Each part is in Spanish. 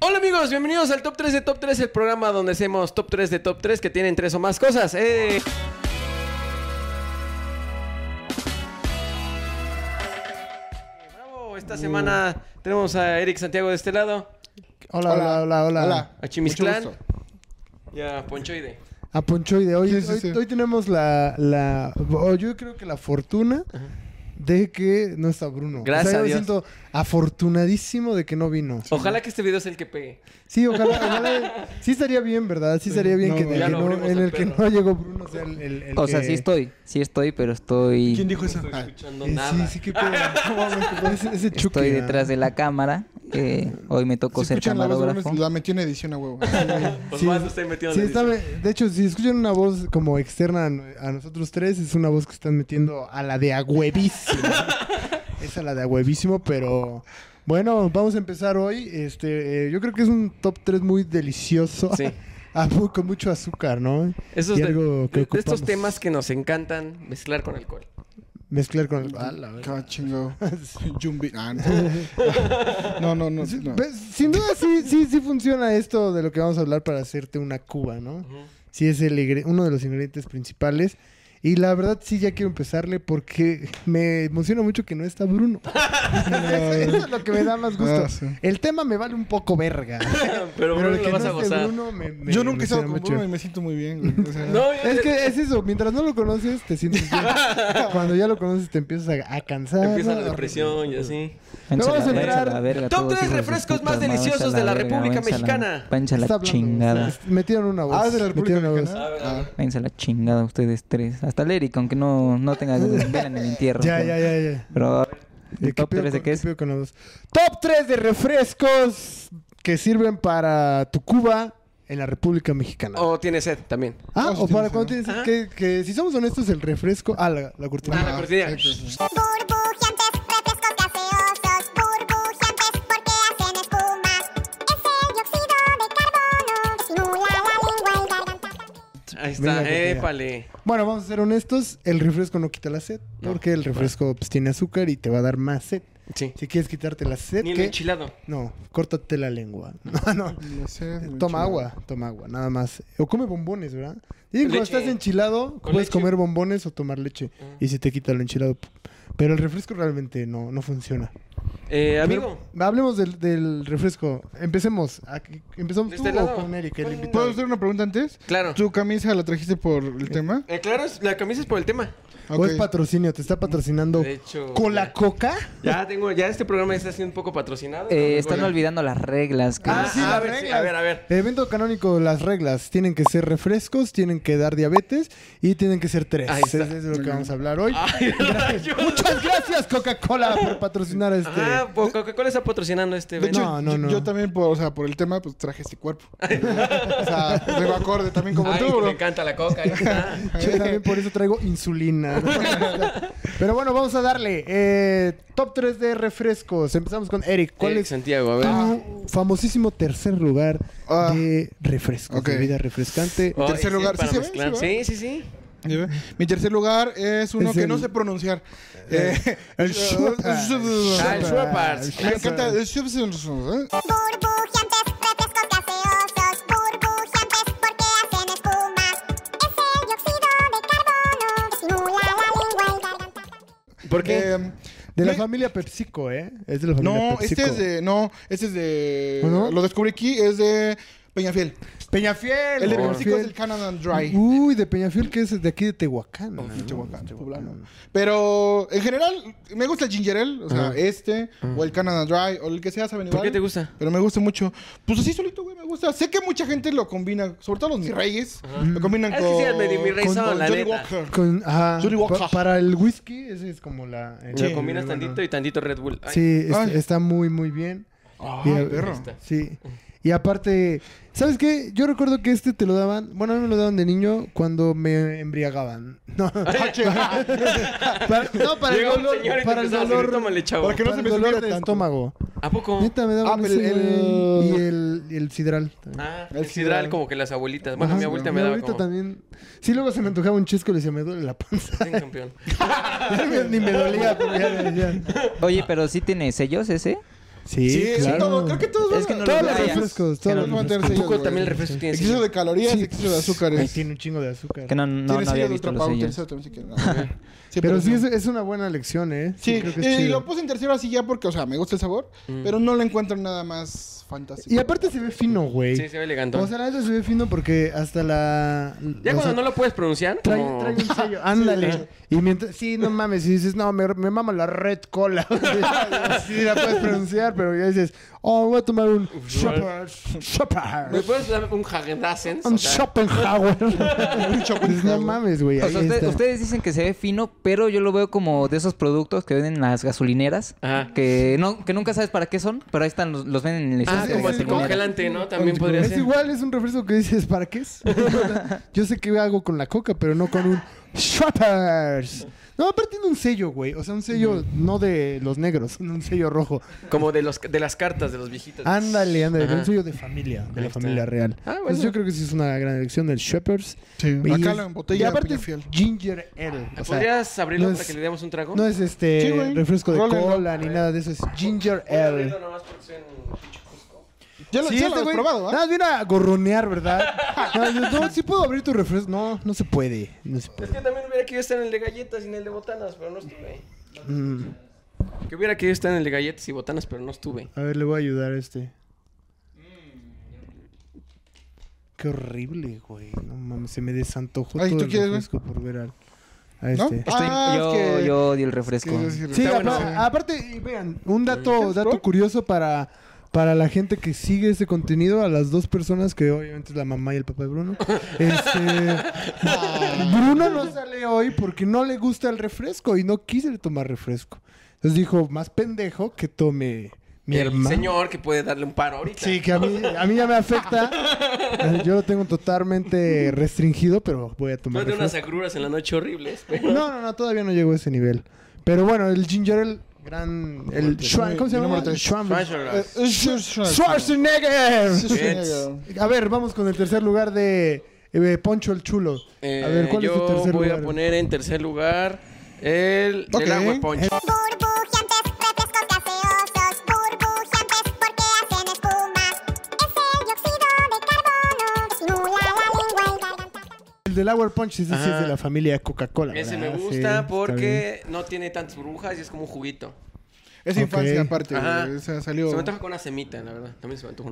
Hola amigos, bienvenidos al Top 3 de Top 3, el programa donde hacemos Top 3 de Top 3 que tienen tres o más cosas. ¡Eh! Bravo, esta semana tenemos a Eric Santiago de este lado, Hola, hola, hola, hola. a Chimisclán Mucho y a Ponchoide. A Ponchoide, hoy, Sí, sí, hoy, sí. hoy tenemos la, la o yo creo que la fortuna de que no está Bruno. Gracias yo a me Dios. siento afortunadísimo de que no vino. Ojalá que este video sea el que pegue. Sí, ojalá, ojalá- Sí estaría bien, ¿verdad? Sí estaría bien No, que, de- güey. Ya que lo no- abrimos en al el que perro. no llegó Bruno sea el, el- el O sea, que- sí estoy, sí estoy, pero ¿Quién estoy, dijo eso? No Ah, estoy escuchando Eh, nada. Sí, sí, qué pedo. No mames, qué pedo. Ese, ese chuque, estoy ah. detrás de la cámara. eh, hoy me tocó si ser escuchan la voz de camarógrafo. Gómez, la metió en edición a huevo. Pues Sí, más estoy metido en Sí, la está- edición. de hecho, si escuchan una voz como externa a no- a nosotros tres, es una voz que están metiendo a la de a huevísimo. es a la de a huevísimo, pero bueno, vamos a empezar hoy. Este, eh, yo creo que es un top 3 muy delicioso. Sí. A mu- con mucho azúcar, ¿no? Esos Y de- algo que de- de estos ocupamos. temas que nos encantan mezclar con alcohol. Mezclar con el... a la verga. Ah, chingo. Jumbi. Ah, no. No, no, no. Sí, no. pues, Sin duda sí, sí, sí funciona esto de lo que vamos a hablar para hacerte una cuba, ¿no? Sí es el ingre- uno de los ingredientes principales. Y la verdad sí ya quiero empezarle porque me emociona mucho que no está Bruno. Eso es lo que me da más gusto. Ah, sí. El tema me vale un poco verga. Pero Bruno el lo que vas no a esté gozar. Bruno me- me Yo nunca he estado emociona con mucho. Bruno y me siento muy bien, güey. O sea, ah, No, Es que es eso, mientras no lo conoces te sientes bien. Cuando ya lo conoces te empiezas a, a cansar. empieza la a- depresión y así. Váyanse Vamos a la- entrar. váyanse la verga, Top todos, tres hijos de su refrescos puta más madre, deliciosos váyanse de la verga, República váyanse a la- Mexicana. Váyanse Está a la hablando, chingada. está- metieron una voz. Ah, de la República metieron una voz. Mexicana. Ah, Ah, Váyanse a la chingada ustedes tres. Hasta el Eric, aunque no, no tenga vela en el entierro. Ya, pero- ya, ya, ya. Pero a ver, ¿De ¿el top pido 3 de con- qué es? pido con la voz? Top 3 de refrescos que sirven para tu Cuba en la República Mexicana. O Oh, tiene sed también. ah, Ah, sí o para tienes, cuando ¿no? tienes... Ajá. Que, que si somos honestos, el refresco... Ah, la, la cortina. Ah, la cortina. sí, Burbujeantes, refrescos gaseosos, burbujeantes porque hacen espuma. Es el dióxido de carbono, simula la lengua y garganta. Ahí Mira, está, botella. épale. Bueno, vamos a ser honestos. El refresco no quita la sed. No. Porque el refresco pues, tiene azúcar y te va a dar más sed. Sí. Si quieres quitarte la sed, Ni el ¿qué? enchilado. No, córtate la lengua. No, no. no sé, güey, Eh, Toma chido. agua, toma agua, nada más. O come bombones, ¿verdad? Dicen que cuando Leche. estás enchilado, Con puedes leche. Mm. comer bombones o tomar leche. Y se te quita el enchilado. Pero el refresco realmente no, no funciona. Eh, amigo. Pero hablemos del, del refresco. Empecemos. Aquí- empezamos ¿De tú este lado? o con Eric, el Con- invitado. ¿Puedo hacer una pregunta antes? Claro. ¿Tu camisa la trajiste por el tema? Eh, claro, es- la camisa es por el tema. O Ok. es patrocinio, te está patrocinando. De hecho. ¿Con la coca? Ya tengo, ya este programa está siendo un poco patrocinado. Eh, Entonces, están bueno. olvidando las reglas. que- Ah, sí, a las ver, sí, reglas. a ver, a ver. Evento canónico, las reglas. Tienen que ser refrescos, tienen que dar diabetes y tienen que ser tres. Ahí Eso está. Ah. es de lo que vamos a hablar hoy. Ay, rayos. Muchas gracias, Coca-Cola, por patrocinar este. Ah, pues, Coca-Cola está patrocinando este De evento. hecho, No, no, yo, no. yo también, por, o sea, por el tema, pues traje este cuerpo. o sea, de acorde también como Ay, tú, me bro. encanta la coca. ahí está. Yo también por eso traigo insulina. ¿no? Pero bueno, vamos a darle. eh, top 3 de refrescos. Empezamos con Eric. ¿Cuál Eric es Eh, Santiago, a ver. tu famosísimo tercer lugar Ah. de refrescos? Ok. Ah. Bebida refrescante. Ay, tercer lugar, Oh, ¿sí para se ve? mezclar. ¿Sí se Sí, sí, sí. Mi tercer lugar es uno Es que el- no sé pronunciar. Eh, el Schweppes. Ah, el Schweppes. Me encanta. el ¿eh? Schweppes. Burbujeantes, refrescos gaseosos, burbujeantes porque hacen espuma. Es el dióxido de carbono, simula la lengua y garganta. ¿Por qué? Eh, De la me- familia PepsiCo, ¿eh? Es de la familia No, PepsiCo. este es de. No, este es de. ¿O no? Lo descubrí aquí, es de Peñafiel. Peñafiel. Uh, El de Peñafiel. Peñafiel es el Canadian Dry. Oh, Uy, de Peñafiel, que es de aquí de Tehuacán. Ah, ¿no? Chihuacán, poblano. Pero en general, me gusta el ginger ale, o Ah. sea, este, o el Canada Dry, o el que sea, saben ¿Por igual. qué te gusta? Pero me gusta mucho. Pues así solito, güey, me gusta. Sé que mucha gente lo combina, sobre todo los mis reyes. Lo combinan Es que con. sí, el medio mi rey con- son, con la Johnny neta. Walker. Con- ajá. Johnny Walker. Pa- para el whisky, ese es como la... eh, el- Lo combinas el- tantito y tantito Red Bull. Ay, Sí, es- Ay. está muy, muy bien. Ay, Y a- este, perro. Sí. Y aparte, ¿sabes qué? Yo recuerdo que este te lo daban, bueno, a mí me lo daban de niño cuando me embriagaban. No, Ah, para, no, para Ah, Llegó el un dolor, señor y te para empezaba a el decir, dolor, tómale, chavo. Para que no para se el me dolor subiera de tanto. estómago. ¿A poco? Neta, me daban Ah, ese, el- güey, el- y el, y el sidral. también. Ah, El el sidral sidral. como que las abuelitas. Bueno, Ajá, mi abuelita sí. me Mi daba abuelita como... también. Sí, luego se me antojaba un chisco y le decía, me duele la panza. "Ten, campeón. Ni me dolía, pero ya, ya. Oye, pero sí tiene sellos ese. Sí, Sí, sí, claro. todo- creo que todos van Es que a- no Todos lo los vayas. refrescos, Que todos no- los Van a tener Un sellos, poco güey. también el refresco tiene Exceso de calorías, exceso de ¿eh? Ahí azúcares. tiene un chingo de azúcar. Que no, no, no Tiene había sello de visto los Ultra Power, sellos. tercero también si quieren. Ah, sí, pero sí, no. es, es una buena lección, ¿eh? Sí, creo que es y, y chido. lo puse en tercero así ya porque, o sea, me gusta el sabor, Mm. pero no le encuentro nada más fantástico. Y aparte se ve fino, güey. Sí, se ve elegante. o sea, la neta se ve fino porque hasta la... ya o cuando sea, no lo puedes pronunciar, Trae, como- trae un sello, ándale. Sí, y mientras, sí, no mames, y dices, no, me, me mama la red cola. sí, la puedes pronunciar, pero ya dices, oh, voy a tomar un Shopper, ¿Me Shopper, puedes dar un Hagendassens? un Schopenhauer. Dices, no mames, güey, O ahí sea, usted- está. ustedes dicen que se ve fino, pero yo lo veo como de esos productos que venden en las gasolineras. Ajá. Que, no, que nunca sabes para qué son, pero ahí están, los, los venden en el Ah, Es- como es el igual. congelante, ¿no? También podría es ser. igual, es un refresco que dices, ¿para qué es? Yo sé que hago con la coca, pero no con un Shoppers. No, aparte tiene un sello, güey. O sea, un sello no de los negros, sino un sello rojo. Como de, los, de las cartas de los viejitos. Ándale, ándale. Ajá. Un sello de familia, de Ahí la está. familia real. Ah, bueno. Entonces yo creo que sí es una gran elección del Shoppers. Sí, Y acá es- lo en botella y aparte Peña es Fiel. Ginger Ale. O sea, ¿Podrías abrirlo no para es- que le demos un trago? no es este Sí, güey. refresco de Rólenlo. cola ni nada de eso, es Ginger Voy a abrirlo Ale. nomás porque soy un pinche Cusco. Ya lo, Sí, ya este lo has güey- probado, ¿ah? Nada, viene a gorronear, ¿verdad? no, yo, no, sí puedo abrir tu refresco. No, no se puede. No se Es puede. que también hubiera querido estar en el de galletas y en el de botanas, pero no estuve. Mm. Que hubiera querido estar en el de galletas y botanas, pero no estuve. A ver, le voy a ayudar a este. Qué horrible, güey. No mames, se me desantojó Ay, todo ¿tú el quieres, güey? refresco por ver al, a ¿No? este. Estoy- Ah, es yo, que- yo odio el es que refresco. es decir, Sí, está apa- bueno. aparte, y vean, un dato, ¿Quieres dato probar? curioso para, para la gente que sigue ese contenido, a las dos personas que obviamente es la mamá y el papá de Bruno. Este, Bruno no sale hoy porque no le gusta el refresco y no quise tomar refresco. Entonces dijo, más pendejo que tome mi el hermano. señor que puede darle un paro ahorita. Sí, que a mí, a mí ya me afecta. Eh, Yo lo tengo totalmente restringido, pero voy a tomar Después de unas refresco. agruras en la noche horribles. pues. pero- No, no, no, todavía no llego a ese nivel. Pero bueno, el ginger ale, gran... El Schwan, ¿Cómo se llama? Número tres. Schwan- Eh, Schwarzergras. es Schwarzenegger. Schwarzenegger. Schwarzenegger. A ver, vamos con el tercer lugar de eh, Poncho el Chulo. A ver, Eh, ¿cuál yo es tu tercer voy lugar? a poner en tercer lugar el, Ok. el agua ponche. Burbujeantes, refrescos gaseosos, burbujeantes porque hacen espuma. Ese dióxido de carbono estimula la lengua y garganta. El del Hour Punch, ese sí es Ajá. de la familia Coca-Cola. Ese me ¿verdad? Ah, Sí, gusta está bien. porque no tiene tantas burbujas y es como un juguito. Es Ok. infancia aparte, Ajá. güey. O sea, salió... Se me antoja con una semita, la verdad. También se me antoja.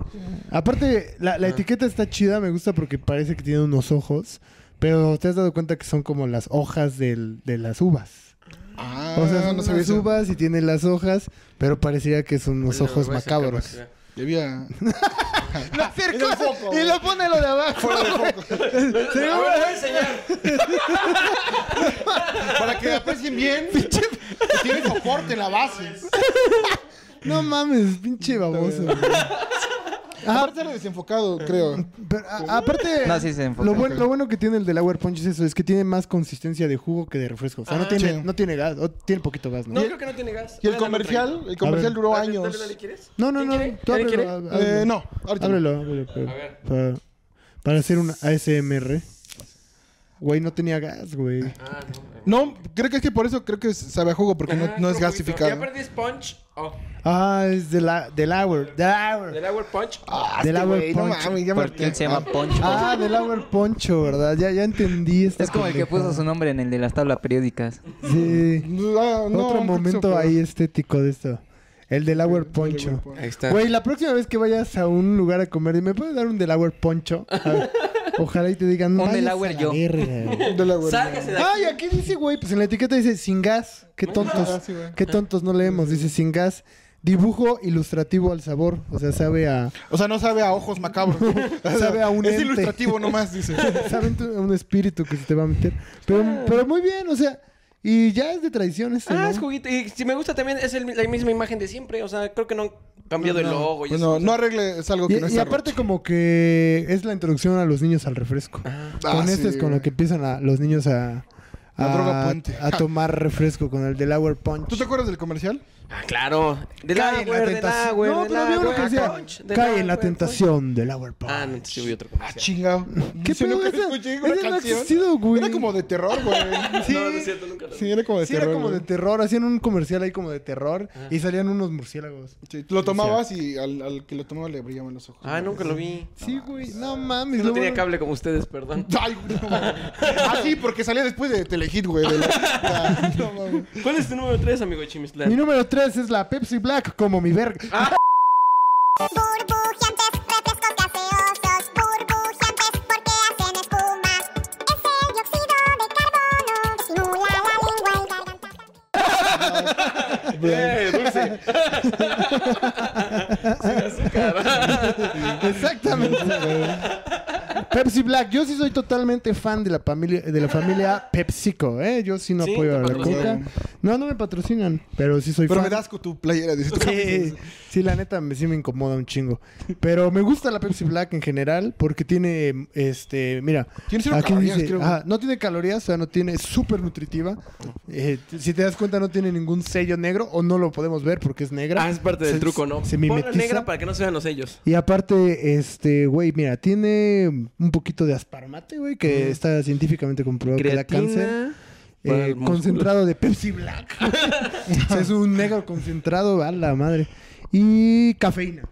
Aparte, la, Ah. la etiqueta está chida, me gusta porque parece que tiene unos ojos. Pero te has dado cuenta que son como las hojas del- de las uvas. Ah, o sea, son no sabía las eso. uvas y tiene las hojas, pero parecería que son unos Lo ojos voy a sacar macabros. para que Ya había... Lo acercó y lo pone lo de abajo. vea. A ver, voy a enseñar. Para que aprecien bien. Que tiene soporte en la base. No mames, pinche baboso. güey. Ah. Aparte era desenfocado, creo. Pero, a- aparte, No, sí se enfoca. lo, buen- lo bueno que tiene el del Hour Punch es eso, es que tiene más consistencia de jugo que de refresco. O sea, no, tiene, sí. no tiene gas, o tiene poquito gas, ¿no? No, creo que no tiene gas. Y el Dale, comercial, dale, el comercial A ver. duró dale, años. dale, dale, ¿quieres? No, no, ¿Quién no. quiere? tú ¿Quién ábrelo, quiere? á- ábrelo. Eh, no, ahorita. no. Ábrelo, ábrelo, ábrelo. A ver. Para, para hacer una ASMR. Güey, no tenía gas, güey. Ah, no. No, creo que es que por eso creo que sabe a jugo, porque no, Ajá, no es otro juguito. Ah, Ya gasificado. perdí Sponge. Oh, Ah, es del la, del hour. Del hour. del Hour Punch. Del Este hour güey, No punch. mames, ya ¿Por qué me... se llama Poncho? Ah, del hour poncho, ¿verdad? Ya, ya entendí esta es como el que puso pendejada. su nombre en el de las tablas periódicas. Sí. Ah, no, creo Otro que momento eso- ahí estético de esto. El del hour poncho. Ahí está. Güey, la próxima vez que vayas a un lugar a comer, ¿me puedes dar un del hour poncho? A ver, Ojalá y te digan, no Un del vayas a hour la yo. verga, güey. De la güey. Sálgase de Ay, aquí dice, güey, pues en la etiqueta dice sin gas. Qué tontos. Ah, sí, güey. Qué tontos no leemos. Dice sin gas. Dibujo ilustrativo al sabor. O sea, sabe a. O sea, no sabe a ojos macabros. Sabe a un Es ente. ilustrativo nomás, dice. Sabe un- un espíritu que se te va a meter. Pero, pero muy bien, o sea. Y ya es de tradición este. Ah, ¿no? es juguito. Y si me gusta también, es el- la misma imagen de siempre. O sea, creo que no han cambiado el logo. y esas Pues no, cosas. no arregle, es algo que Y, no y está aparte roto. como que es la introducción a los niños al refresco. Ah, con sí, este es con güey. lo que empiezan a, los niños a, La droga a, puente. a tomar refresco con el del Hour Punch. ¿Tú te acuerdas del comercial? Ah, claro. Del Cae en la agua, Ah, del tentación. agua, No, del pero había uno agua, que decía, punch, del cae en la agua, tentación del Hour punch. pues. Ah, no, entonces sí vi otro Ah, comercial. chingado. ¿Qué Si no pedo? que Esa- escuché esa una no ha canción. existido, güey. Era como de terror, güey. Sí. No, no es cierto, nunca lo Sí, era como de Sí, terror. era como de güey. terror. Hacían un comercial ahí como de terror Ah. y salían unos murciélagos. Sí, lo tomabas y al, al que lo tomaba le brillaban los ojos. Ah, nunca lo vi. Sí, güey. No mames. No lo tenía bueno- cable como ustedes, perdón. Ay, no. Ah, sí, porque salía después de Telehit, güey. de la- Ah, no mames. ¿Cuál es tu número 3, amigo Mi Chimistlán? número 3 es la Pepsi Black como mi verga. Burbujeantes, refrescos gaseosos, burbujeantes porque hacen espuma. Es Eh, el dióxido de carbono que estimula la lengua y garganta. dulce. Sin azúcar. Exactamente. Pepsi Black. Yo sí soy totalmente fan de la familia, de la familia Pepsico, ¿eh? Yo sí no Sí, apoyo te a la coca. patrocinan. No, no me patrocinan, pero sí soy Pero fan. me das con tu playera. Dice, tu Sí, sí, la neta me, sí me incomoda un chingo. Pero me gusta la Pepsi Black en general porque tiene, este, mira. Tiene cero calorías, creo. ajá, no tiene calorías, o sea, no tiene, es súper nutritiva. Eh, t- si te das cuenta, no tiene ningún sello negro o no lo podemos ver porque es negra. Ah, es parte Se- del truco, ¿no? Se Ponla mimetiza. negra para que no se vean los sellos. Y aparte, este, güey, mira, tiene un poquito de asparmate, güey, que está científicamente comprobado que da cáncer. Creatina. Eh, para el músculo. concentrado de Pepsi Black. O sea, es un negro concentrado, a la madre. Y cafeína.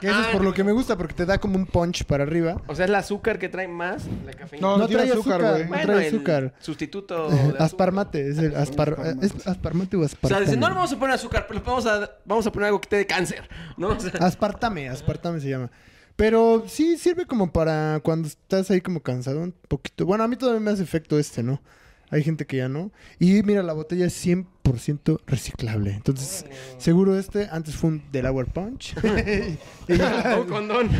Que eso es por lo que me gusta, porque te da como un punch para arriba. O sea, es el azúcar que trae más la cafeína. No, No, tiene trae azúcar, azúcar, güey. no Bueno, trae el azúcar. Sustituto. de azúcar. Asparmate, es el aspar- Asparmate. ¿es asparmate o O sea, aspartame. dicen, no le vamos a poner azúcar, pero le vamos a, vamos a poner algo que te dé cáncer, ¿no? O Ah, sea, Aspartame, aspartame se llama. Pero sí sirve como para cuando estás ahí como cansado un poquito. Bueno, a mí todavía me hace efecto este, ¿no? Hay gente que ya no. Y mira, la botella es 100% reciclable. Entonces, seguro este antes fue un Delaware Punch. Y ya- un condón.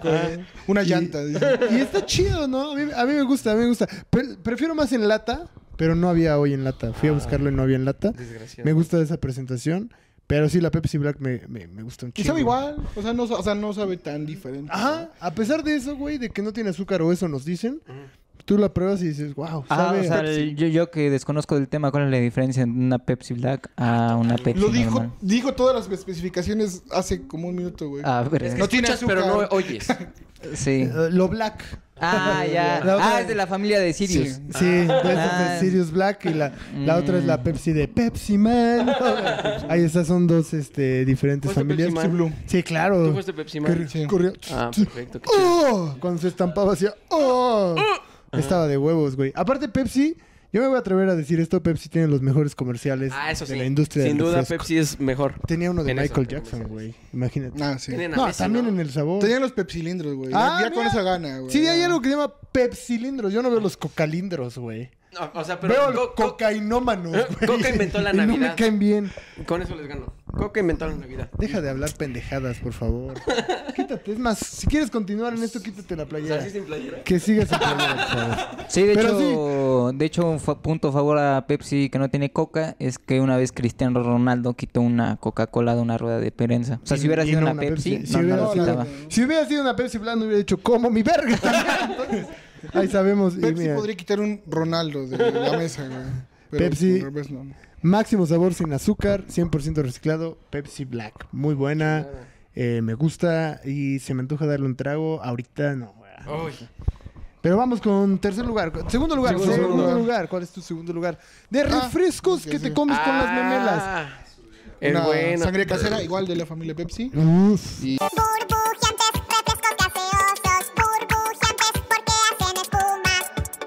playera. Una Y- llanta. dice. Y está chido, ¿no? A mí, a mí me gusta, a mí me gusta. Pre- prefiero más en lata, pero no había hoy en lata. Fui a buscarlo y no había en lata. Desgraciado. Me gusta esa presentación. Pero sí, la Pepsi Black me, me, me gusta un Y chingo. sabe igual. O sea, no, sa- o sea, no sabe tan diferente. Ajá, a pesar de eso, güey, de que no tiene azúcar o eso nos dicen, tú la pruebas y dices, wow, Ah, sabe. o sea, a- el- yo, yo que desconozco del tema, ¿cuál es la diferencia entre una Pepsi Black a una Pepsi Lo dijo, normal? dijo todas las especificaciones hace como un minuto, güey. Ah, pero... Es que No tiene escuchas, azúcar. pero no oyes. Sí. eh, lo black. Ah, ya. La otra- Ah, es de la familia de Sirius. Sí, de esas de Ah. Mm. Sirius Black y la, la otra es la Pepsi de Pepsi Man. Ahí esas son dos este, diferentes ¿Fuiste Pepsi familias. Man? Sí, Blue. Sí, claro. ¿Tú fuiste Pepsi Man? Sí. Corrió. Ah, perfecto. qué chido. ¡Oh! Cuando se estampaba hacía Uh. ¡Oh! Estaba de huevos, güey. Aparte, Pepsi, yo me voy a atrever a decir esto, Pepsi tiene los mejores comerciales Ah, eso sí. de la industria Sin del duda, refresco. Pepsi es mejor. Tenía uno de En Michael esos Jackson, comerciales. güey. Imagínate. Ah, sí. Tienen a No, Messi, también ¿no? en el sabor. Tenían los pepsilindros, güey. Ah, ya con mira. esa gana, güey. Sí, hay algo que se llama pepsilindros. Yo no veo los cocalindros, güey. No, o sea, pero Veo los Co- Co- cocainómanos, Eh, güey. Coca inventó la Y No Navidad. me caen bien. con eso les gano. Coca inventó la Navidad. Deja de hablar pendejadas, por favor. quítate. Es más, si quieres continuar en esto, quítate la O sea, playera. así sin playera. Que sigas en playera, por favor. Sí, de Pero hecho, de hecho, un fa- punto a favor a Pepsi que no tiene coca es que una vez Cristiano Ronaldo quitó una Coca-Cola de una rueda de prensa. O sea, Y- si hubiera y sido no una Pepsi, Si no, no hubiera- lo no, la quitaba. verdad. Si hubiera sido una Pepsi Blanca, hubiera dicho, como mi verga. Entonces, ahí sabemos. y Pepsi mira, podría quitar un Ronaldo de la mesa, güey. Pero pues, Pepsi- al revés, no. Máximo sabor sin azúcar, 100% reciclado, Pepsi Black. Muy buena, eh, me gusta y se me antoja darle un trago. Ahorita no. güey. Uy. Pero vamos con tercer lugar. con- Segundo lugar, Segundo segundo, lugar. lugar. ¿Cuál es tu segundo lugar? De Ah, refrescos ok, que sí. te comes con las memelas. Ah, El Una bueno. sangre casera, igual de la familia Pepsi. Uf. Burbujeantes, refrescos gaseosos, burbujeantes porque hacen espuma.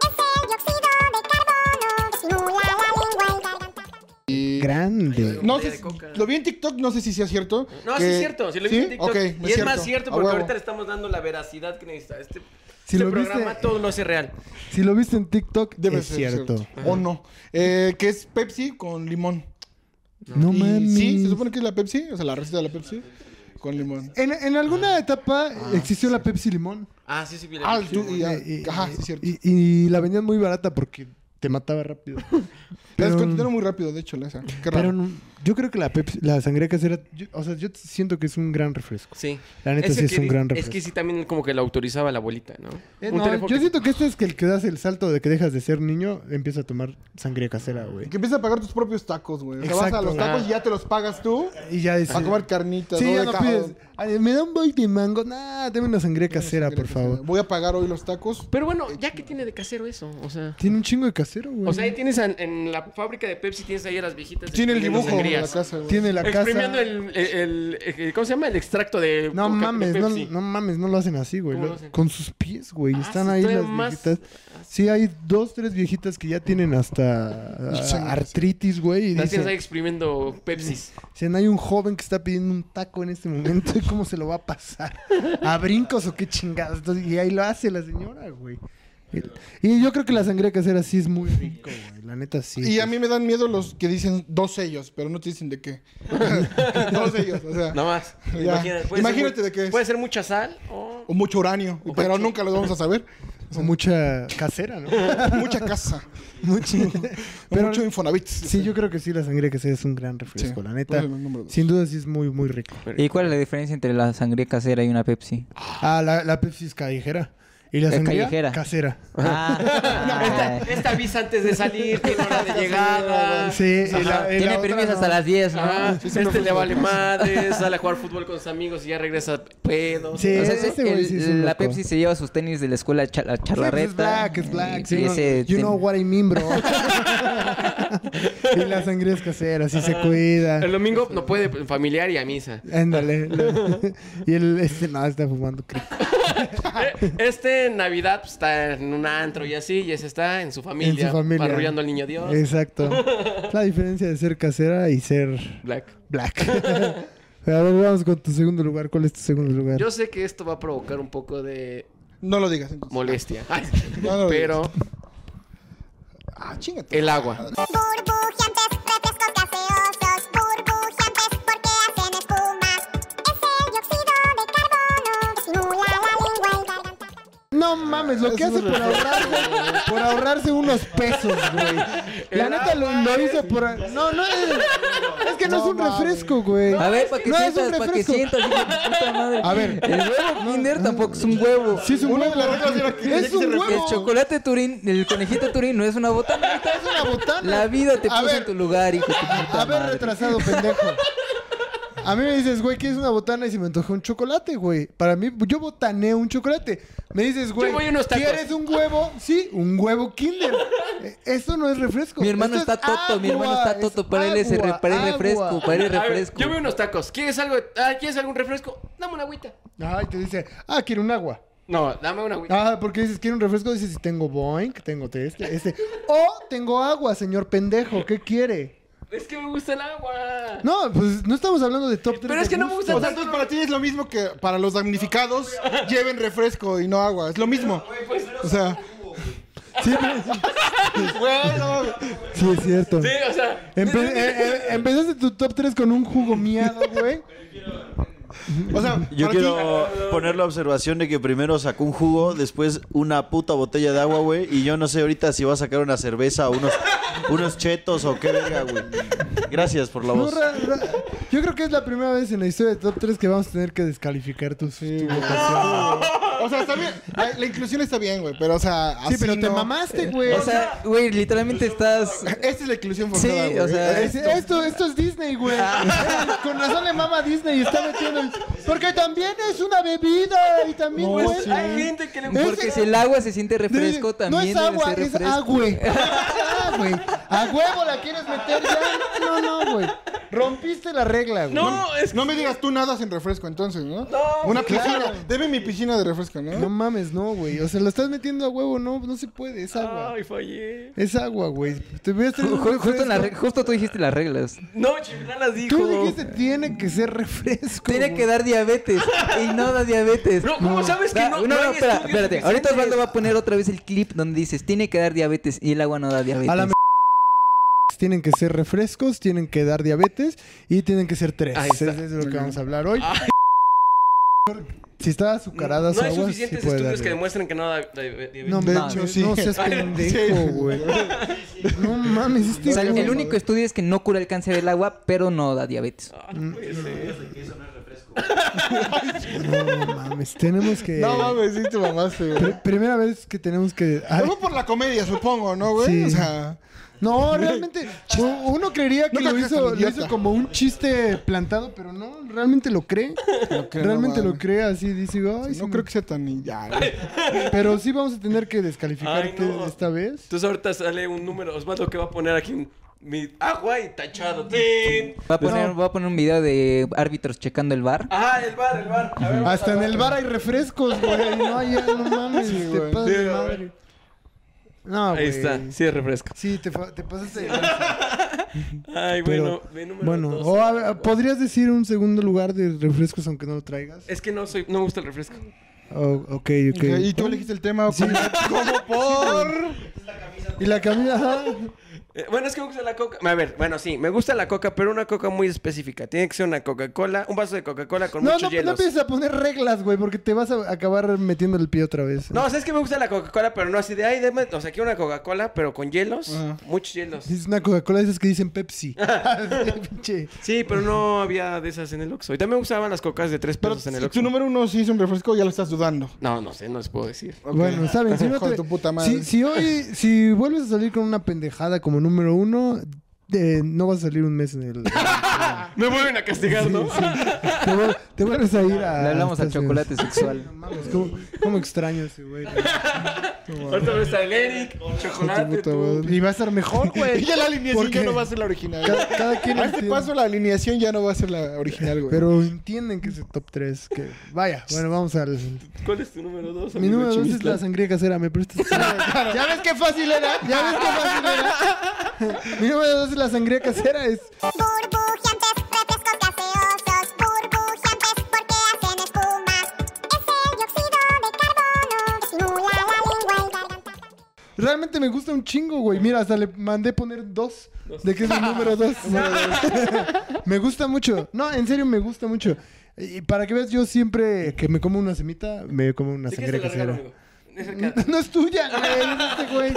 Es el dióxido de carbono que estimula la lengua y garganta. Grande. No Botella sé, de coca. si- lo vi en TikTok, no sé si sea cierto. No, sí que- es cierto. Si lo viste en TikTok. Ok, y es más cierto a porque huevo. ahorita le estamos dando la veracidad que necesita. Este, Si este lo viste- programa todo lo hace real. Si lo viste en TikTok, Debe es ser cierto. cierto. O no. Eh, que es Pepsi con limón. No Y mames. Sí, se supone que es la Pepsi, o sea, la receta de la Pepsi con limón. En, en alguna etapa existió la Pepsi Limón. Ah, sí, sí, mira. Ah, tú- y- Eh, ajá, sí, es cierto. y- y la vendían muy barata porque te mataba rápido. Las Pero- contaron muy rápido, de hecho, la esa. Qué raro. Pero no- yo creo que la Pepsi, la sangría casera, yo- o sea, yo siento que es un gran refresco. Sí. La neta Ese sí es que un di- gran Es refresco. que sí también como que lo autorizaba la abuelita, ¿no? Eh, Un no, teléfono yo que- siento que este es que el que das el salto de que dejas de ser niño, empieza a tomar sangría casera, güey. Que empiezas a pagar tus propios tacos, güey. O sea, vas a Exacto. los tacos Ah. y ya te los pagas tú. Y ya dices... A comer carnitas. Sí, ¿no? ya De no ca- pides. "Ay, Me da un boy de mango. Nah, deme una sangría casera, por favor. Voy a pagar hoy los tacos. Pero bueno, ya que tiene de casero eso, o sea... Tiene un chingo de casero, güey. O sea, ahí tienes en, en la fábrica de Pepsi, tienes ahí a las viejitas. Tiene el exprimiendo dibujo de la sangrías. casa, güey. Tiene la casa. Exprimiendo el, el- el- ¿Cómo se llama? El extracto de. No coca- de mames, no, Pepsi. no mames, no lo hacen así, güey. ¿Cómo Lo- lo hacen? Con sus pies, güey. Ah, Están sí, ahí todavía las más- viejitas. Sí, hay dos, tres viejitas que ya tienen hasta Sangre. ah, artritis, güey. Y Las tienes ahí dicen, exprimiendo Pepsis. dicen, hay un joven que está pidiendo un taco en este momento. ¿Cómo se lo va a pasar? ¿A brincos o qué chingados? Entonces, y ahí lo hace la señora, güey. Y, y yo creo que la sangría casera sí es muy rico, güey. La neta sí. Y a mí me dan miedo los que dicen dos sellos, pero no te dicen de qué. dos sellos, o sea. Nada más. Ya. Imagínate, puede Imagínate ser mu- de qué es. Puede ser mucha sal o. O mucho uranio, pero nunca los vamos a saber. O mucha casera, ¿no? Mucha casa. Mucha. o mucho Infonavit. Sí, yo creo que sí, la sangría casera es un gran refresco, Sí. la neta. Bueno, número dos. Sin duda sí es muy, muy rico. ¿Y cuál es la diferencia entre la sangría casera y una Pepsi? Ah, la, la Pepsi es callejera. Y la Es sangría callejera. casera. Ah, Esta, ah, esta avisa antes de salir, tiene hora de llegada. Sí, y ajá. la- y la Tiene otra permiso no. hasta las 10, ¿no? Ah, sí, sí, no este le fútbol. vale madre, sale a jugar fútbol con sus amigos y ya regresa pedo. Sí, O sea, Este el- güey sí es un la loco. Pues Pepsi se lleva sus tenis de la escuela a cha- a charlarreta. Es black, es black. y sí, no- ese you ten- know what I mean, bro. y la sangría es casera, sí se cuida. El domingo no puede, familiar y a misa. Ándale. la- y el este no está fumando crico. Eh, Este en Navidad pues, está en un antro y así, y ese está en su familia, En su familia. arrullando al niño Dios. Exacto. Es la diferencia de ser casera y ser Black. black. A ver, vamos con tu segundo lugar. ¿Cuál es tu segundo lugar? Yo sé que esto va a provocar un poco de No lo digas entonces. molestia, Ay, No, no, pero Ah, chingate. el agua. Burbujeantes, refrescos gaseosos, burbujeantes porque hacen espuma. Ese dióxido de carbono estimula la lengua y garganta. No mames, lo que hace por ahorrarse, por ahorrarse unos pesos, güey. La El neta lo, agua lo es- hice por. No, no es. Es que no, No es un mames. refresco, güey. A ver, para que No, es un sientas, para que refresco. sientas, hijo de puta madre. A ver. El huevo Kinder tampoco es un huevo. Sí, es un Una de huevo. las reglas era que- Es un El huevo. chocolate Turín, el conejito Turín no es una botana. Es una botana. La vida te A puso ver. en tu lugar, hijo de tu puta A ver, madre. retrasado, pendejo. A mí me dices, güey, ¿qué es una botana? Y se me antojó un chocolate, güey. Para mí, yo botané un chocolate. Me dices, güey, Yo voy a unos tacos. ¿quieres un huevo? Sí, un huevo kinder. Eh, Esto no es refresco. Mi hermano Esto está es toto, mi hermano está agua, toto. es Para él es el re- agua, para él refresco, agua. para él A ver, refresco. yo veo unos tacos. ¿Quieres algo? Ah, ¿Quieres algún refresco? Dame una agüita. Ay, te dice, ah, quiero un agua. No, dame una agüita. Ah, porque dices, quiero un refresco. Dices, si tengo Boeing, tengo este, este. O tengo agua, señor pendejo, ¿qué quiere? Es que me gusta el agua. No, pues no estamos hablando de top 3. Pero es que no me gusta O sea, entonces para ti es lo mismo que para los damnificados lleven refresco y no agua. Es lo mismo. O sea, Sí, pero- bueno. sí, es cierto. Sí, o sea, Empe- eh, eh, empezaste tu top 3 con un jugo miado, güey. O sea, Yo para ti- quiero poner la observación de que primero sacó un jugo, después una puta botella de agua, güey. Y yo no sé ahorita si va a sacar una cerveza o unos, unos chetos o qué verga, güey. Gracias por la No, voz. ra- ra- Yo creo que es la primera vez en la historia de top 3 que vamos a tener que descalificar tus tu Ah. votación. O sea, está bien. La, la inclusión está bien, güey. Pero, o sea, Sí, así pero te no. mamaste, güey. O sea, güey, literalmente estás. Esta es la inclusión Sí, forzada, güey. o sea, Es- esto, esto es Disney, güey. Ah. Eh, Con razón le mama a Disney y está metiendo el... Porque también es una bebida y también No, güey. sí. hay gente que le gusta. Oh, Porque si el agua se siente refresco, no también es agua, debe ser es refresco. agua. Ah, güey. A huevo la quieres meter ya. No, no, güey. Rompiste la regla, güey. No, es No me digas tú nada sin refresco, entonces, ¿no? No, Una güey, piscina. Debe mi piscina de refresco, ¿no? No mames, no, güey. O sea, lo estás metiendo a huevo, no, no se puede, es agua. Ay, fallé. Es agua, güey. Te voy a traer Ju- un ju- Justo, en la refresco. reg- justo tú dijiste las reglas. No, Chimena las dijo. Tú dijiste tiene que ser refresco. Tiene que dar diabetes y no da diabetes. No, ¿cómo sabes que Da- no- No, no no, hay espera, estudios espérate. Ahorita suficientes? Osvaldo va a poner otra vez el clip donde dices, tiene que dar diabetes y el agua no da diabetes. A la m- tienen que ser refrescos, tienen que dar diabetes y tienen que ser tres. Ahí Eso está. es de lo que vamos a hablar hoy. Si está azucarada su Ah. no hay agua, sí suficientes puede estudios darle. que demuestren que no da da- diabetes. No, De mames, hecho, sí. no seas Ay, pendejo, güey. No mames, este O sea, güey. el único estudio es que no cura el cáncer del agua, pero no da diabetes. Ah, no puede ser. No mames, tenemos que... No mames, sí te mamaste, güey. Pr- primera vez que tenemos que... Ay, Fue por la comedia, supongo, ¿no, güey? Sí. O sea, no, realmente, u- uno creería que No lo te hagas hizo, tan lo idiota. hizo como un chiste plantado, pero no, realmente lo cree. cree, realmente no lo mames. cree, así dice, ay, sí no me- creo que sea tan. Ya, güey. Pero sí vamos a tener que descalificarte Ay, no. esta vez. Entonces ahorita sale un número. Osvaldo que va a poner aquí un- mi agua y tachado. ¡Tin! Va a poner, va a poner un video de árbitros checando el bar. Ah, el bar, el bar. A ver, vamos Hasta al en el bar hay refrescos, güey. No, ya, no mames, Sí, te güey. pasas de Sí, a ver. madre. No, Ahí güey. está, sí, refresco. Sí, te, fa- te pasaste de Ay, Pero, bueno, mi número bueno, dos. o a ver, podrías decir un segundo lugar de refrescos aunque no lo traigas. Es que no soy, no me gusta el refresco. Oh, ok, ok. Y tú elegiste el tema, Sí. como por. Y la camisa. ajá. Eh, bueno, es que me gusta la coca. A ver, bueno, sí, me gusta la coca, pero una coca muy específica. Tiene que ser una Coca-Cola, un vaso de Coca-Cola con No, muchos no, no hielos. empieces a poner reglas, güey, porque te vas a acabar metiendo el pie otra vez. No, o sea, es que me gusta la Coca-Cola, pero no así de, ay, deme, o sea, quiero una Coca-Cola, pero con hielos, Ajá. muchos hielos. Es una Coca-Cola de esas que dicen Pepsi. Pinche. Sí, pero no había de esas en el Oxxo. Y también me gustaban las cocas de tres Pero pues, pesos en el si Oxxo. tu número uno sí es un refresco, ya lo estás dudando. No, no sé, no les puedo decir. Ok. Bueno, saben, si no Hijo te- de tu puta madre. si, si hoy, si vuelves a salir con una pendejada como número uno, eh, no vas a salir un mes en el. Me vuelven a castigar, ¿no? te, vuel- te vuelves a ir a. Le hablamos al Estados chocolate Unidos. No sexual. mames, ¿Cómo, cómo extraño ese güey? Ahorita va a estar el Eric, chocolate, puta tú. Y va a estar mejor, güey. ya la alineación ¿Por ya qué? no va a ser la original. Cada, cada quien A este entiende. paso la alineación ya no va a ser la original, güey. Pero entienden que es el top 3. Que... Vaya, bueno, vamos al. ¿Cuál es tu número dos? Mi amigo número 2 es Chimistla? la sangría casera. ¿Me prestas? ¿Ya ves qué fácil era? ¿Ya ves qué fácil era? Mi número 2 es la sangría casera. Es Burbujeantes, refrescos gaseosos, burbujeantes porque hacen espuma. Ese dióxido de carbono estimula la lengua y garganta. Realmente me gusta un chingo, güey. Mira, hasta le mandé poner dos. De que es el número dos. me gusta mucho. No, en serio, me gusta mucho. Y para que veas, yo siempre que me como una semita, me como una ¿De qué se sangría la regalo, amigo? casera. Es el que- No es tuya, güey. Es de este güey.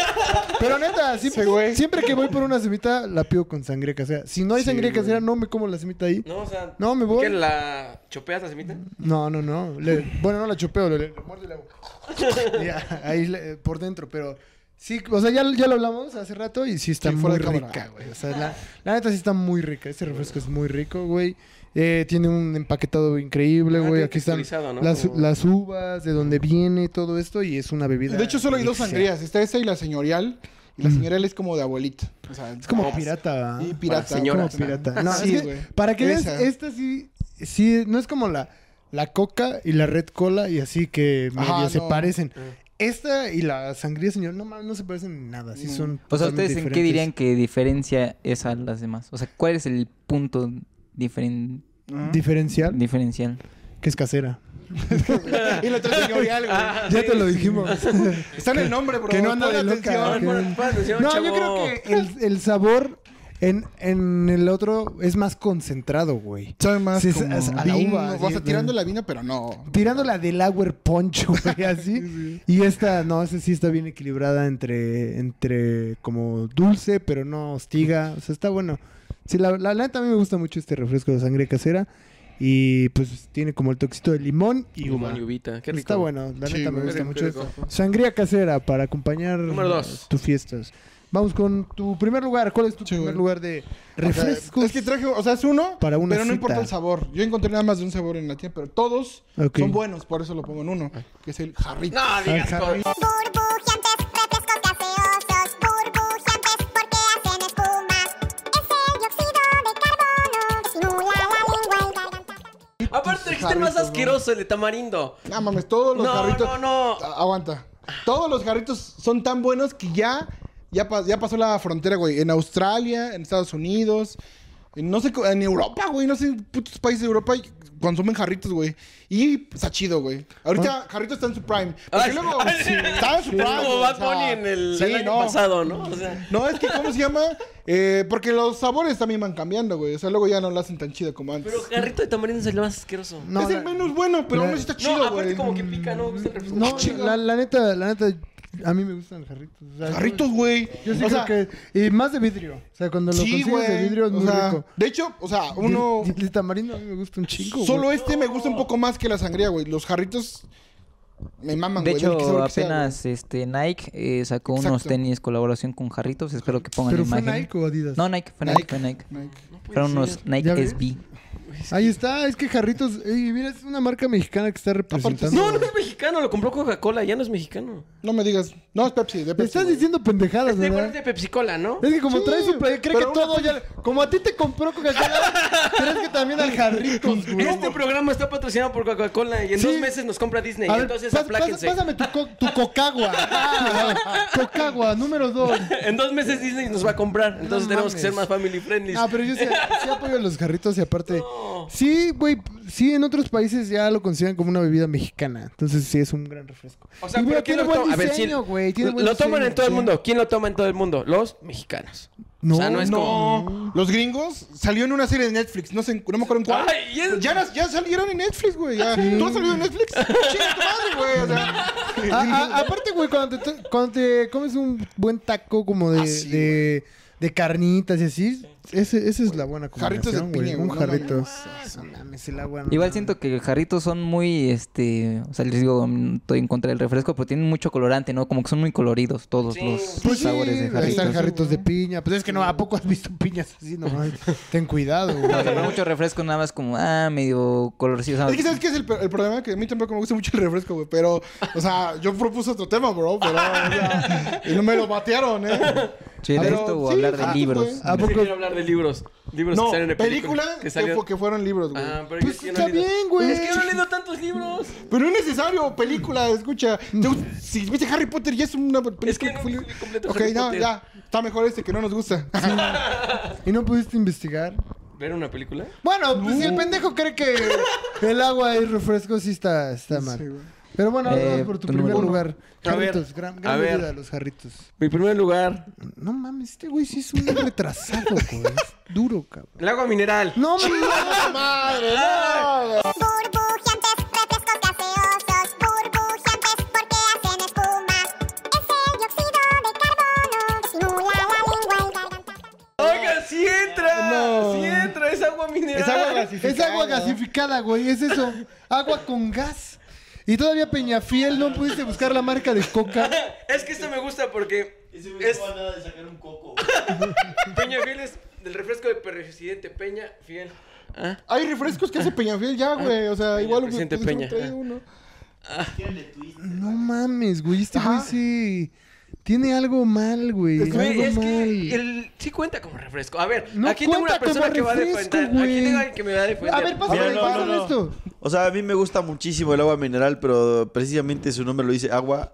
Pero neta, siempre, siempre que voy por una semita, la pido con sangría casera. Si no hay sangría casera, no me como la semita ahí. No, o sea... No, me voy. ¿Qué, la chopeas la semita? No, no, no. Le- bueno, no la chopeo, le, le muerdo y le hago. Ya, ahí le- por dentro, pero sí, o sea, ya, ya lo hablamos hace rato y sí está Sí, muy fuera de cámara. rica, güey. O sea, la, la neta sí está muy rica. Este refresco es muy rico, güey. Eh, tiene un empaquetado increíble, Ah, güey. tiene Aquí están texturizado, ¿no? las, Como- las uvas, de dónde viene, todo esto, y es una bebida. De hecho, solo hay dos deliciosa. sangrías. Está esta y la señorial. Y la señorial es como de abuelita. O sea, Es como pirata. Mm. ¿ah? Y pirata. Para señoras. como Como pirata. No, Ah, Sí, es que, güey. para que veas, Esa. esta sí, sí, no es como la, la coca y la red cola y así que medio Ajá, se no. parecen. Esta y la sangría, señor, no mames, no se parecen en nada. Sí No. son. O sea, totalmente ¿ustedes en qué diferentes. dirían que diferencia es a las demás? O sea, ¿cuál es el punto diferen- Ajá. Diferencial, diferencial? que es casera. Y la otra señorial, güey. ya te lo dijimos. Está en el nombre, bro. que no anda Pon de loca, atención. que- Pon- pon atención, Ah, no, chavo. yo creo que el, el sabor en, en el otro es más concentrado, güey. Sabe más Sí, como es- a la vino. uva, o sea, sí, tirando güey. la vino, pero no. Tirándola del Lauer Punch, güey, así. Y esta, no, esta sí está bien equilibrada entre, entre como dulce, pero no hostiga. O sea, está bueno. Sí, la, la, la neta a mí me gusta mucho este refresco de sangre casera. Y pues tiene como el toxito de limón y uva. Limón y uvita. Qué rico. Está bueno, la Sí, neta me güey. gusta Qué mucho rico. esto. Sangría casera para acompañar Número dos. tus fiestas. Vamos con tu primer lugar. ¿Cuál es tu Sí, primer güey. lugar de O sea, refrescos? es que traje, o sea, es uno, Para una pero no cita. importa el sabor. Yo encontré nada más de un sabor en la tienda, pero todos Ok. son buenos, por eso lo pongo en uno, que es el jarrito. No, digas Ay, Harry. cosas. Burbujeantes, refrescos gaseosos, burbujeantes porque hacen espuma. Ese dióxido de carbono estimula la lengua y garganta. Aparte, dijiste el más Jarritos, ¿no? asqueroso, el de tamarindo. No mames, todos los No, jarritos. no, no. A- Aguanta. Todos los jarritos son tan buenos que ya, ya, pa- ya pasó la frontera, güey. En Australia, en Estados Unidos, No sé, co- en Europa, güey, no sé, putos países de Europa y consumen jarritos, güey. Y pues, está chido, güey. Ah. Ahorita jarritos está en su prime. Porque Ay, luego ay, sí, está en su prime. Es como güey, Bad o sea, Bunny en el, sí, el año no. pasado, ¿no? O sea, No, es que ¿cómo se llama? Eh, porque los sabores también van cambiando, güey. O sea, luego ya no lo hacen tan chido como antes. pero jarrito de tamarindo es el más asqueroso. No, No, es el la- menos bueno, pero aún así está chido, aparte güey. como que pica, ¿no? Me gusta el refresco. No, Está chido. la, la neta, la neta, a mí me gustan los jarritos. O sea, yo- Jarritos, güey. Yo sí O creo sea, que... Y más de vidrio. O sea, cuando lo sí, consigues güey. de vidrio es O muy sea, rico. de hecho, o sea, uno... El, el tamarindo a mí me gusta un chingo, Solo güey. este me gusta un poco más que la sangría, güey. Los jarritos me maman, De güey. del que hecho, sabor que sea, güey. apenas este Nike eh, sacó unos Exacto. tenis colaboración con jarritos. Espero que pongan ¿Pero fue imagen. Nike o Adidas? No, Nike, fue Nike, Nike. fue Nike. Nike. Fueron unos ¿Ya Nike ves? SB. Ahí está, es que Jarritos... Ey, mira, es una marca mexicana que está representando. No, no es mexicano, lo compró Coca-Cola, ya no es mexicano. No me digas. No, es Pepsi, de Te Pepsi. estás güey. diciendo pendejadas, Este güey ¿verdad? es de Pepsi-Cola, ¿no? Es que como Sí, traes su play, cree que pero una todo cosa- ya... Como a ti te compró Coca-Cola, crees que también al Jarritos, güey. Este programa está patrocinado por Coca-Cola y en Sí. dos meses nos compra Disney. A ver, entonces pas- pas- apláquense. pásame tu, co- tu cocagua. Ah, cocagua, número dos. En dos meses Disney nos va a comprar. Entonces tenemos que ser mames. más family friendly. Ah, pero yo sí, sí apoyo los jarritos y aparte... No. Sí, güey, sí, en otros países ya lo consideran como una bebida mexicana. Entonces sí, es un gran refresco. O sea, ¿pero Y, güey, quién tiene lo buen toma? A ver, diseño, sí, güey. tiene Lo, buen lo toman diseño, en todo el sí. mundo. ¿Quién lo toma en todo el mundo? Los mexicanos. No, o sea, no es como... No, los gringos salió en una serie de Netflix, no sé, en- no me acuerdo en cuál. Ay, y Pues es- ya, nas- ya salieron en Netflix, güey. Ah, ya. ¿Tú has salido en Netflix? Chinga tu madre, güey. O sea, A- a- aparte, güey, cuando te, to- cuando te comes un buen taco como de, Ah, sí, de, de carnitas y así, ese, esa es la buena Jarritos de combinación, güey. piña, Un güey, no jarrito. mames. No mames, el agua. no Igual mames. siento que jarritos son muy, este, o sea, les digo, mm, estoy en contra del refresco, pero tienen mucho colorante, ¿no? Como que son muy coloridos todos Sí. los Pues sí, sabores de ahí están jarritos. jarritos de piña. Pues es que no, ¿a poco has visto piñas así? No, mames. ten cuidado, güey. No, o sea, pero mucho refresco nada más como, ah, medio colorcillo. o sea, Es que, ¿sabes qué es el, pe- el problema? Que a mí tampoco me gusta mucho el refresco, güey. Pero, o sea, yo propuse otro tema, bro. Pero, o sea, y no me lo batearon, ¿eh? che, de pero esto sí, pues, ah, o hablar de jarritos, libros. güey. Yo ¿A poco? quiero hablar de libros. Libros No, que salen de película. película que, salieron- fue- que fueron libros, güey. Ah, pero Pues es que está no he leído- bien, güey. Es que yo no he leído tantos libros. Pero es necesario, película, escucha. Te gust- Si viste Harry Potter, ya es una película. Es que no fue- vi completo Ok, Harry no, Potter. ya. Está mejor este que no nos gusta. ¿Y no pudiste investigar? ¿Ver una película? Bueno, pues si el pendejo cree que el agua y refresco sí está, está mal. Pero bueno, Eh, vamos por tu tu primer número uno. lugar. A ver, Jarritos, gran, a gran ver. bebida, los jarritos. Mi primer lugar. No mames, este güey sí es un retrasado, güey. Es duro, cabrón. El agua mineral. No mames. ¡Madre! no! Burbujeantes, refrescos gaseosos, burbujeantes porque hacen espuma. Ese dióxido de carbono estimula la lengua y garganta. Oiga, sí entra. No. Sí entra, es agua mineral. Es agua gasificada. Es agua gasificada, güey. Es eso. Agua con gas. Y todavía Peñafiel no pudiste buscar la marca de coca. Es que esto me gusta porque. Es... Es... nada de sacar un coco. Peña Fiel es del refresco de presidente Peña Fiel. Ah. Hay refrescos que hace Peñafiel ya, güey. O sea, igual. güey, presidente pues, Ah, Peña. trae Ah. uno. No mames, güey. Este Ajá. güey sí. Tiene algo mal, güey. Güey, Algo es mal. que el, sí cuenta como refresco. A ver, No aquí tengo una cuenta como persona que va a refresco, defender. güey. Aquí tengo alguien que me va a defender. A ver, pásame, Mira, no, pásame no, no. esto. O sea, a mí me gusta muchísimo el agua mineral, pero precisamente su nombre lo dice agua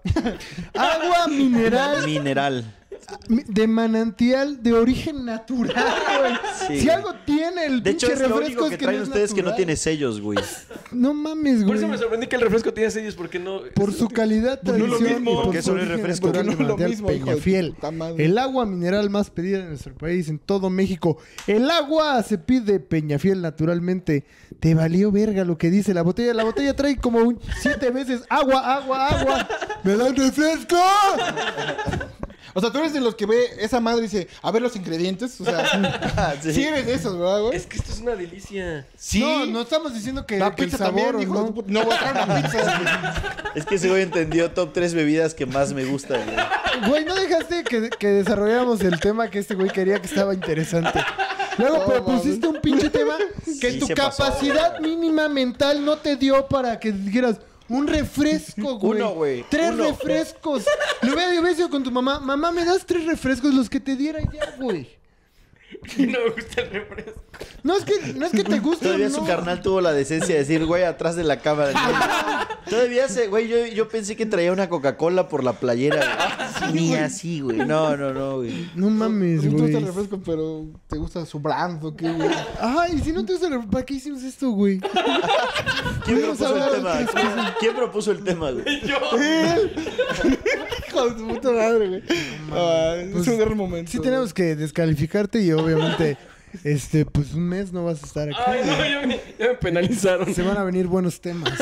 Agua mineral mineral. mi- de manantial de origen natural, güey. Sí, Si güey. algo tiene el De hecho, pinche es lo refresco único que, es que traen no es ustedes que no natural. tiene sellos, güey. No mames, Por güey. eso me sorprendí que el refresco tiene sellos, porque no. Por su calidad, pues no lo tradición mismo. y por Porque su solo es origen refresco, natural no de es lo manantial mismo, hijo de Peñafiel. puta madre. El agua mineral más pedida en nuestro país, en todo México. El agua se pide Peñafiel naturalmente. Te valió verga lo que dice la botella. La botella trae como un- siete veces agua, agua, agua. ¡Me dan refresco! O sea, tú eres de los que ve esa madre y dice, a ver los ingredientes. O sea, Ah, Sí. sí eres de esos, ¿verdad, güey? Es que esto es una delicia. Sí. No, no estamos diciendo que, La que el pizza sabor también, o hijo de no. tu puta- No voy a traer una pizza. Es que ese güey entendió top 3 bebidas que más me gustan, güey. Güey, no dejaste que, que desarrolláramos el tema que este güey quería que estaba interesante. Luego No, propusiste un pinche tema que Sí, tu se pasó, capacidad güey. mínima mental no te dio para que dijeras un refresco, güey. Uno, güey, Tres uno. refrescos. Lo hubiera yo hubiera sido con tu mamá. Mamá, me das tres refrescos, los que te diera ya, güey. Y no me gusta el refresco. No es que, no es que te guste. Todavía no. su carnal tuvo la decencia de decir, güey, atrás de la cámara. güey. Todavía se, güey, yo, yo pensé que traía una Coca-Cola por la playera. güey. Ni así, güey. No, no, no, güey. No mames, No te gusta güey. el refresco, pero te gusta su brand o qué, güey. Ay, si no te gusta el refresco, ¿para qué hicimos esto, güey? ¿Quién Vamos a propuso el hablar tema? de ¿Quién, quién propuso el tema, güey? Yo. Hijo de su puta madre, güey. Ay, Pues, es un gran momento. Sí tenemos que descalificarte y obviamente, este, pues un mes no vas a estar aquí. Ay, no, ya me, ya me penalizaron. Se van a venir buenos temas.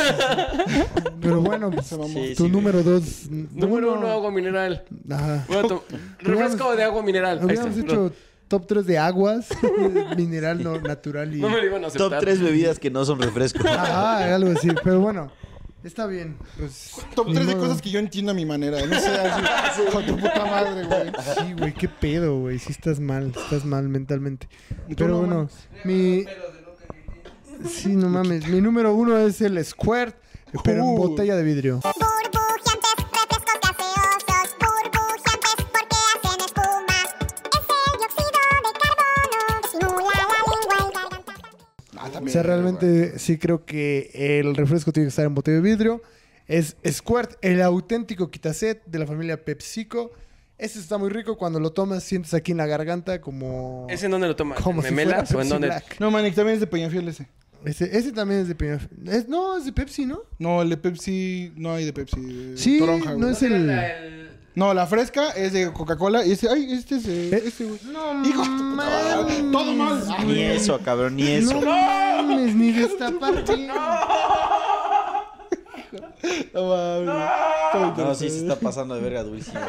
Pero bueno, pues, Sí, tu sí, número dos. n- Número uno. uno, agua mineral. Ajá. Voy a tom- refresco de agua mineral. Ahí está. Habíamos hecho top 3 de aguas, mineral no, natural y. No, no me lo iban a aceptar. Top tres bebidas que no son refresco. Ajá, algo así. Pero bueno, está bien. Pues, Top ni 3 de modo. cosas que yo entiendo a mi manera. No sé, así, con tu puta madre, güey. Sí, güey, qué pedo, güey. Si estás mal, estás mal mentalmente. ¿Y tú Pero no, bueno, mi. Sí, no mames. Mi número uno es el Squirt, pero en Uh. botella de vidrio. Burbujeantes, refrescos gaseosos, burbujeantes porque hacen espuma. Ese dióxido de carbono simula la lengua y garganta. Ah, O también, sea, realmente sí creo que el refresco tiene que estar en botella de vidrio. Es Squirt, el auténtico quitaset de la familia PepsiCo. Este está muy rico. Cuando lo tomas, sientes aquí en la garganta como. ¿Es en dónde lo tomas? como ¿En si fuera memelas o en Pepsi dónde? Black. No, Manic, también es de Peñafiel ese. Ese, ese también es de Peña- es- No, es de Pepsi, ¿no? No, el de Pepsi. No hay de Pepsi. de Sí, toronja, no güey. es el. No, la fresca es de Coca-Cola. Y ese, ay, este es ¿Eh? de. Este, güey. No, Hijo de tu puta madre. mames, Todo mal. Ni eso, cabrón, ni eso. No mames, ni destapar bien. No, mames. No, sí se está pasando de verga durísimo,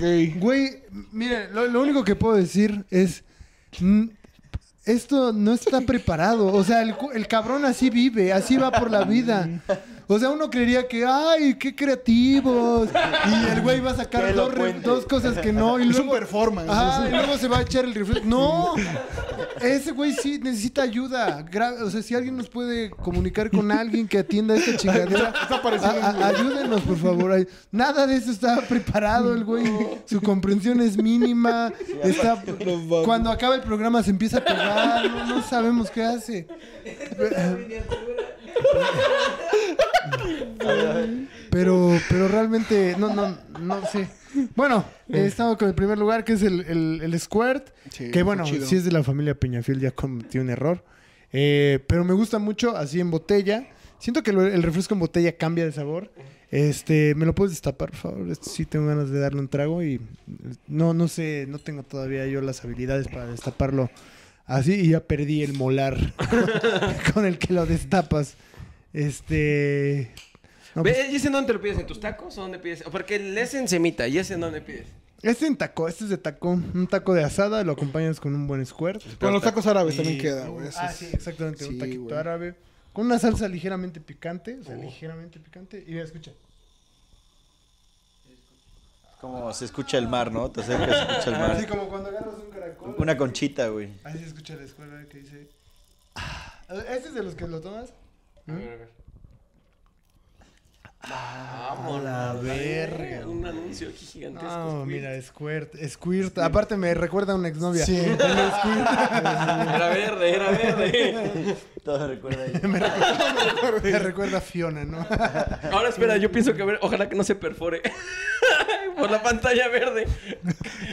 güey. Ok. Güey, mire, lo, lo único que puedo decir es. mm, Esto no está preparado. O sea, el, cu- el cabrón así vive, así va por la vida. O sea, uno creería que, ay, qué creativos. Y el güey va a Qué sacar dos, re- elocuente. dos cosas que no. Y Es un luego, performance. Ajá, es y un- luego se va a echar el rifle. No, ese güey sí necesita ayuda. Gra- O sea, si alguien nos puede comunicar con alguien que atienda esta chingadera, está apareciendo a- a- un güey. ayúdenos, por favor. Ay- Nada de eso está preparado, el güey. Su comprensión es mínima. Está, No mames. cuando acaba el programa se empieza a pegar. No, no sabemos qué hace. Pero, pero realmente, no, no, no sé. Bueno, he estado con el primer lugar, que es el, el, el Squirt. Eh. Sí, que bueno, muy chido. si es de la familia Peñafiel, ya cometí un error. Eh, pero me gusta mucho, así en botella. Siento que lo- el refresco en botella cambia de sabor. Este, ¿me lo puedes destapar, por favor? Este, sí tengo ganas de darle un trago y no, no sé, no tengo todavía yo las habilidades para destaparlo así y ya perdí el molar con el que lo destapas. Este, no, pues, Ve, ¿Y ese en dónde te lo pides? ¿En tus tacos o dónde pides? Porque el es en semita. ¿Y ese en dónde pides? Este en taco, este es de taco. Un taco de asada, lo acompañas con un buen squirt. Con los tacos árabes también Y- queda, güey. eso Ah, es- sí, exactamente. Sí, un taquito güey. árabe. Con una salsa ligeramente picante. O sea, ligeramente picante. Y mira, escucha. Como se escucha el mar, ¿no? Te acercas, se escucha el Así mar. como cuando agarras un caracol. Ah. Una conchita, güey. Así se escucha la escuela que dice. "Ah". Este es de los que lo tomas. A ver, a ver. Ah, la verga. Un anuncio aquí gigantesco. No, Squirt. mira, squirt, squirt. Aparte me recuerda a una exnovia. Sí. Era verde, era verde. Todo recuerda ahí. me recuerda a Fiona, ¿no? Ahora espera, yo pienso que a ver, ojalá que no se perfore. Por la pantalla verde.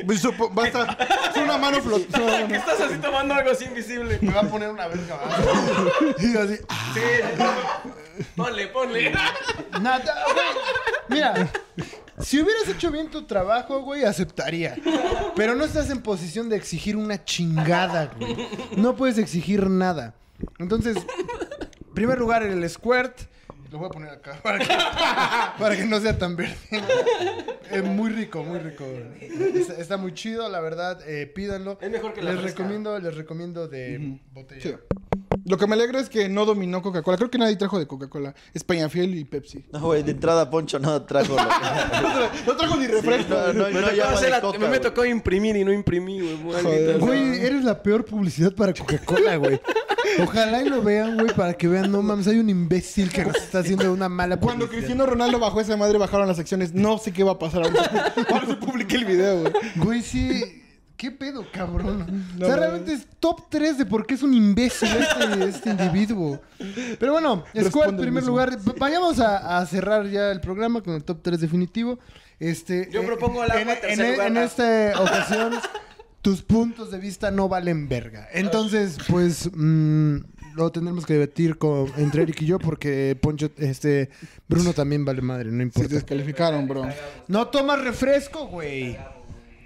Pues, supo- Va a estar. Es una mano Que flotante. estás así tomando algo así invisible. me va a poner una verga. y yo así. "Ah". Sí, sí, ponle, ponle. Nada, güey. Mira, si hubieras hecho bien tu trabajo, güey, aceptaría. Pero no estás en posición de exigir una chingada, güey. No puedes exigir nada. Entonces, en primer lugar, el squirt. Lo voy a poner acá para que, para que no sea tan verde. Es muy rico, muy rico. Está, está muy chido, la verdad. eh, pídanlo. Es mejor que la les fresca. recomiendo, les recomiendo de botella. Sí. Lo que me alegra es que no dominó Coca-Cola. Creo que nadie trajo de Coca-Cola. Es Peñafiel y Pepsi. No, güey, de entrada Poncho no trajo lo No trajo ni refresco. no, no, Me no tocó llama hacer de la- coca, me, me güey. tocó imprimir y no imprimí, güey. Muy Joder. maldita sea. Güey, eres la peor publicidad para Coca-Cola, güey. Ojalá y lo vean, güey, para que vean, no mames, hay un imbécil que nos está haciendo una mala Cuando publicidad. Cristiano Ronaldo bajó esa madre, bajaron las acciones. No sé qué va a pasar ahora. Ahora se publica el video, güey. Güey, sí, ¿Qué pedo, cabrón? No, o sea, no, realmente es top 3 de por qué es un imbécil este, este individuo. Pero bueno, Squad en Responde el primer mismo. lugar. Va- Vayamos a, a cerrar ya el programa con el top 3 definitivo. Este, Yo propongo el agua tercer en, lugar, en ¿no? esta ocasión, tus puntos de vista no valen verga. Entonces, pues, mm, lo tendremos que debatir con, entre Eric y yo porque Poncho, este, Bruno también vale madre, no Se importa. descalificaron, bro. No tomas refresco, güey.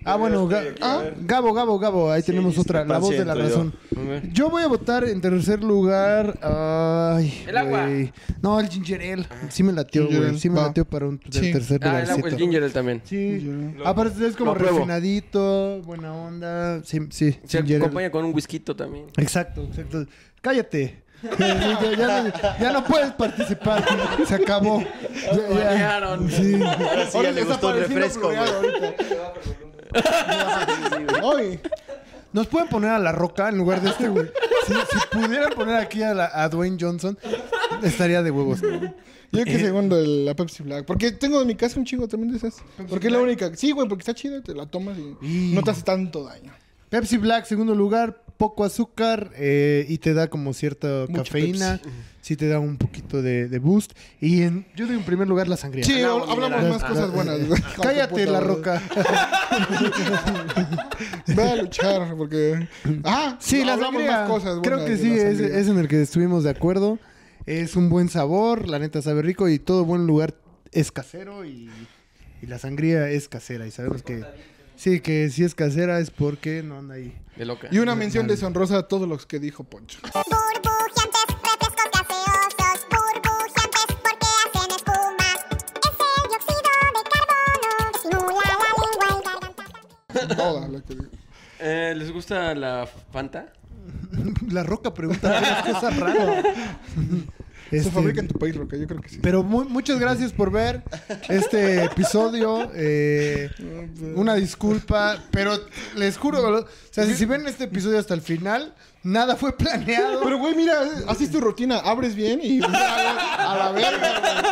Ah, bueno, Ga- estoy aquí, ah, a ver. Gabo, Gabo, Gabo, ahí tenemos otra, la voz de la entre yo. razón. Yo. voy a votar en tercer lugar. Ay, El agua. güey. No, el ginger ale. Sí me latió, Ginger güey. ale, Sí me va. latió para un ter- Sí. tercer Ah, el, lugar. agua, el ginger ale también. Sí. Ginger Aparte es Lo como apruebo. refinadito, buena onda. Sí, sí. Se ginger ale. acompaña con un whisky también. Exacto, exacto. Cállate. ya, ya no, ya no puedes participar. Se acabó. Ya, ya. Banearon. Sí. Ahora sí ya Ahora le está gustó el pareciendo refresco, güey. floreado ahorita. Ay, Nos pueden poner a la roca en lugar de este, güey. Si, si pudieran poner aquí a, la- a Dwayne Johnson, estaría de huevos. Yo que Eh, segundo el- la Pepsi Black. Porque tengo en mi casa un chingo también de esas. Porque es la única. Sí, güey, porque está chida, te la tomas y Y- no te hace tanto daño. Pepsi Black, segundo lugar, poco azúcar eh, y te da como cierta Mucha cafeína. Sí te da un poquito de, de boost. Y en, yo doy en primer lugar la sangría. Sí, Ah, no, hablamos mira. más cosas buenas, güey. güey. Cállate, la roca. Ve a luchar, porque. Ah, Sí, la hablamos sangría. más cosas buenas. Creo que de sí, la es, sangría. es en el que estuvimos de acuerdo. Es un buen sabor, la neta sabe rico y todo buen lugar es casero y, y la sangría es casera. Y sabemos que sí, que si es casera es porque no anda ahí. De loca. Y una mención deshonrosa a todos los que dijo Poncho. Burbujeantes, refrescos gaseosos, burbujeantes porque hacen espuma. Ese dióxido de carbono estimula la lengua y garganta. Todas las que dijo. Eh, ¿Les gusta la Fanta? La roca pregunta unas cosas raras. Se Este, fabrica en tu país, Roca, yo creo que sí. Pero mu- muchas gracias por ver este episodio. eh, una disculpa, pero les juro, o sea, si, si ven este episodio hasta el final, nada fue planeado. Pero, güey, mira, así es tu rutina. Abres bien y. A la verga.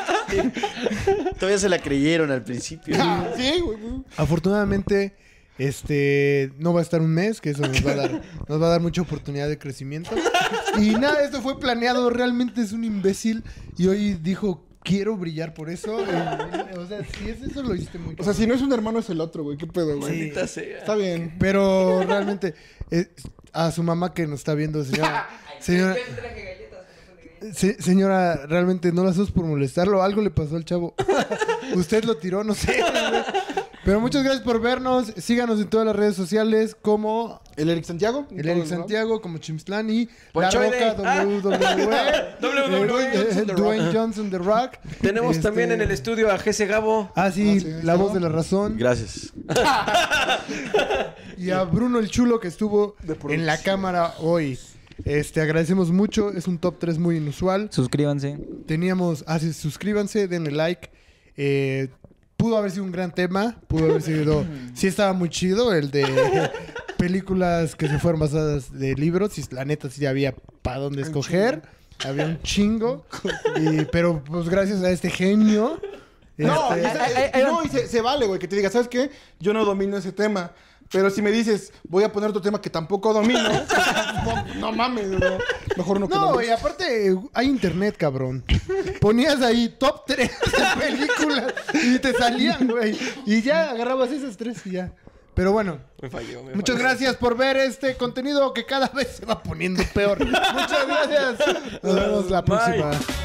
Todavía se la creyeron al principio. güey. Sí, güey. Afortunadamente, este no va a estar un mes, que eso nos va a dar, nos va a dar mucha oportunidad de crecimiento. Y nada, esto fue planeado, realmente es un imbécil. Y hoy dijo, quiero brillar por eso. Y, o sea, si es eso, lo hiciste muy O sea, si no es un hermano, es el otro, güey. ¿Qué pedo, güey? Maldita sea. Está bien. Pero realmente, eh, a su mamá que nos está viendo, señora. Señora, Se- señora, realmente no la sos por molestarlo. Algo le pasó al chavo. Usted lo tiró, no sé. Pero muchas gracias por vernos. Síganos en todas las redes sociales como ¿El Eric Santiago? El Eric Santiago, como Chimslan y La Ponchoide. Roca WWE. WWE. eh, Dwayne Johnson The Rock. Tenemos Este, también en el estudio a GC Gabo. Ah, sí, Ah, sí, la ¿no? voz de la razón. Gracias. y a Bruno el Chulo que estuvo en la cámara hoy. Este, agradecemos mucho, es un top 3 muy inusual. Suscríbanse. Teníamos, ah, sí, suscríbanse, denle like. Eh, pudo haber sido un gran tema, pudo haber sido, sí estaba muy chido el de películas que se fueron basadas de libros, y la neta sí había para dónde escoger, había un chingo, y- pero pues gracias a este genio. No, este- y se- no, y se, se vale, güey, que te diga, ¿sabes qué? Yo no domino ese tema. Pero si me dices, voy a poner otro tema que tampoco domino, no, no mames, no. mejor no que No, nombres. y aparte eh, hay internet, cabrón. Ponías ahí top 3 de películas y te salían, güey. Y ya agarrabas esas tres y ya. Pero bueno, Me falló. me muchas falló. gracias por ver este contenido que cada vez se va poniendo peor. Muchas gracias. Nos vemos la Bye. próxima.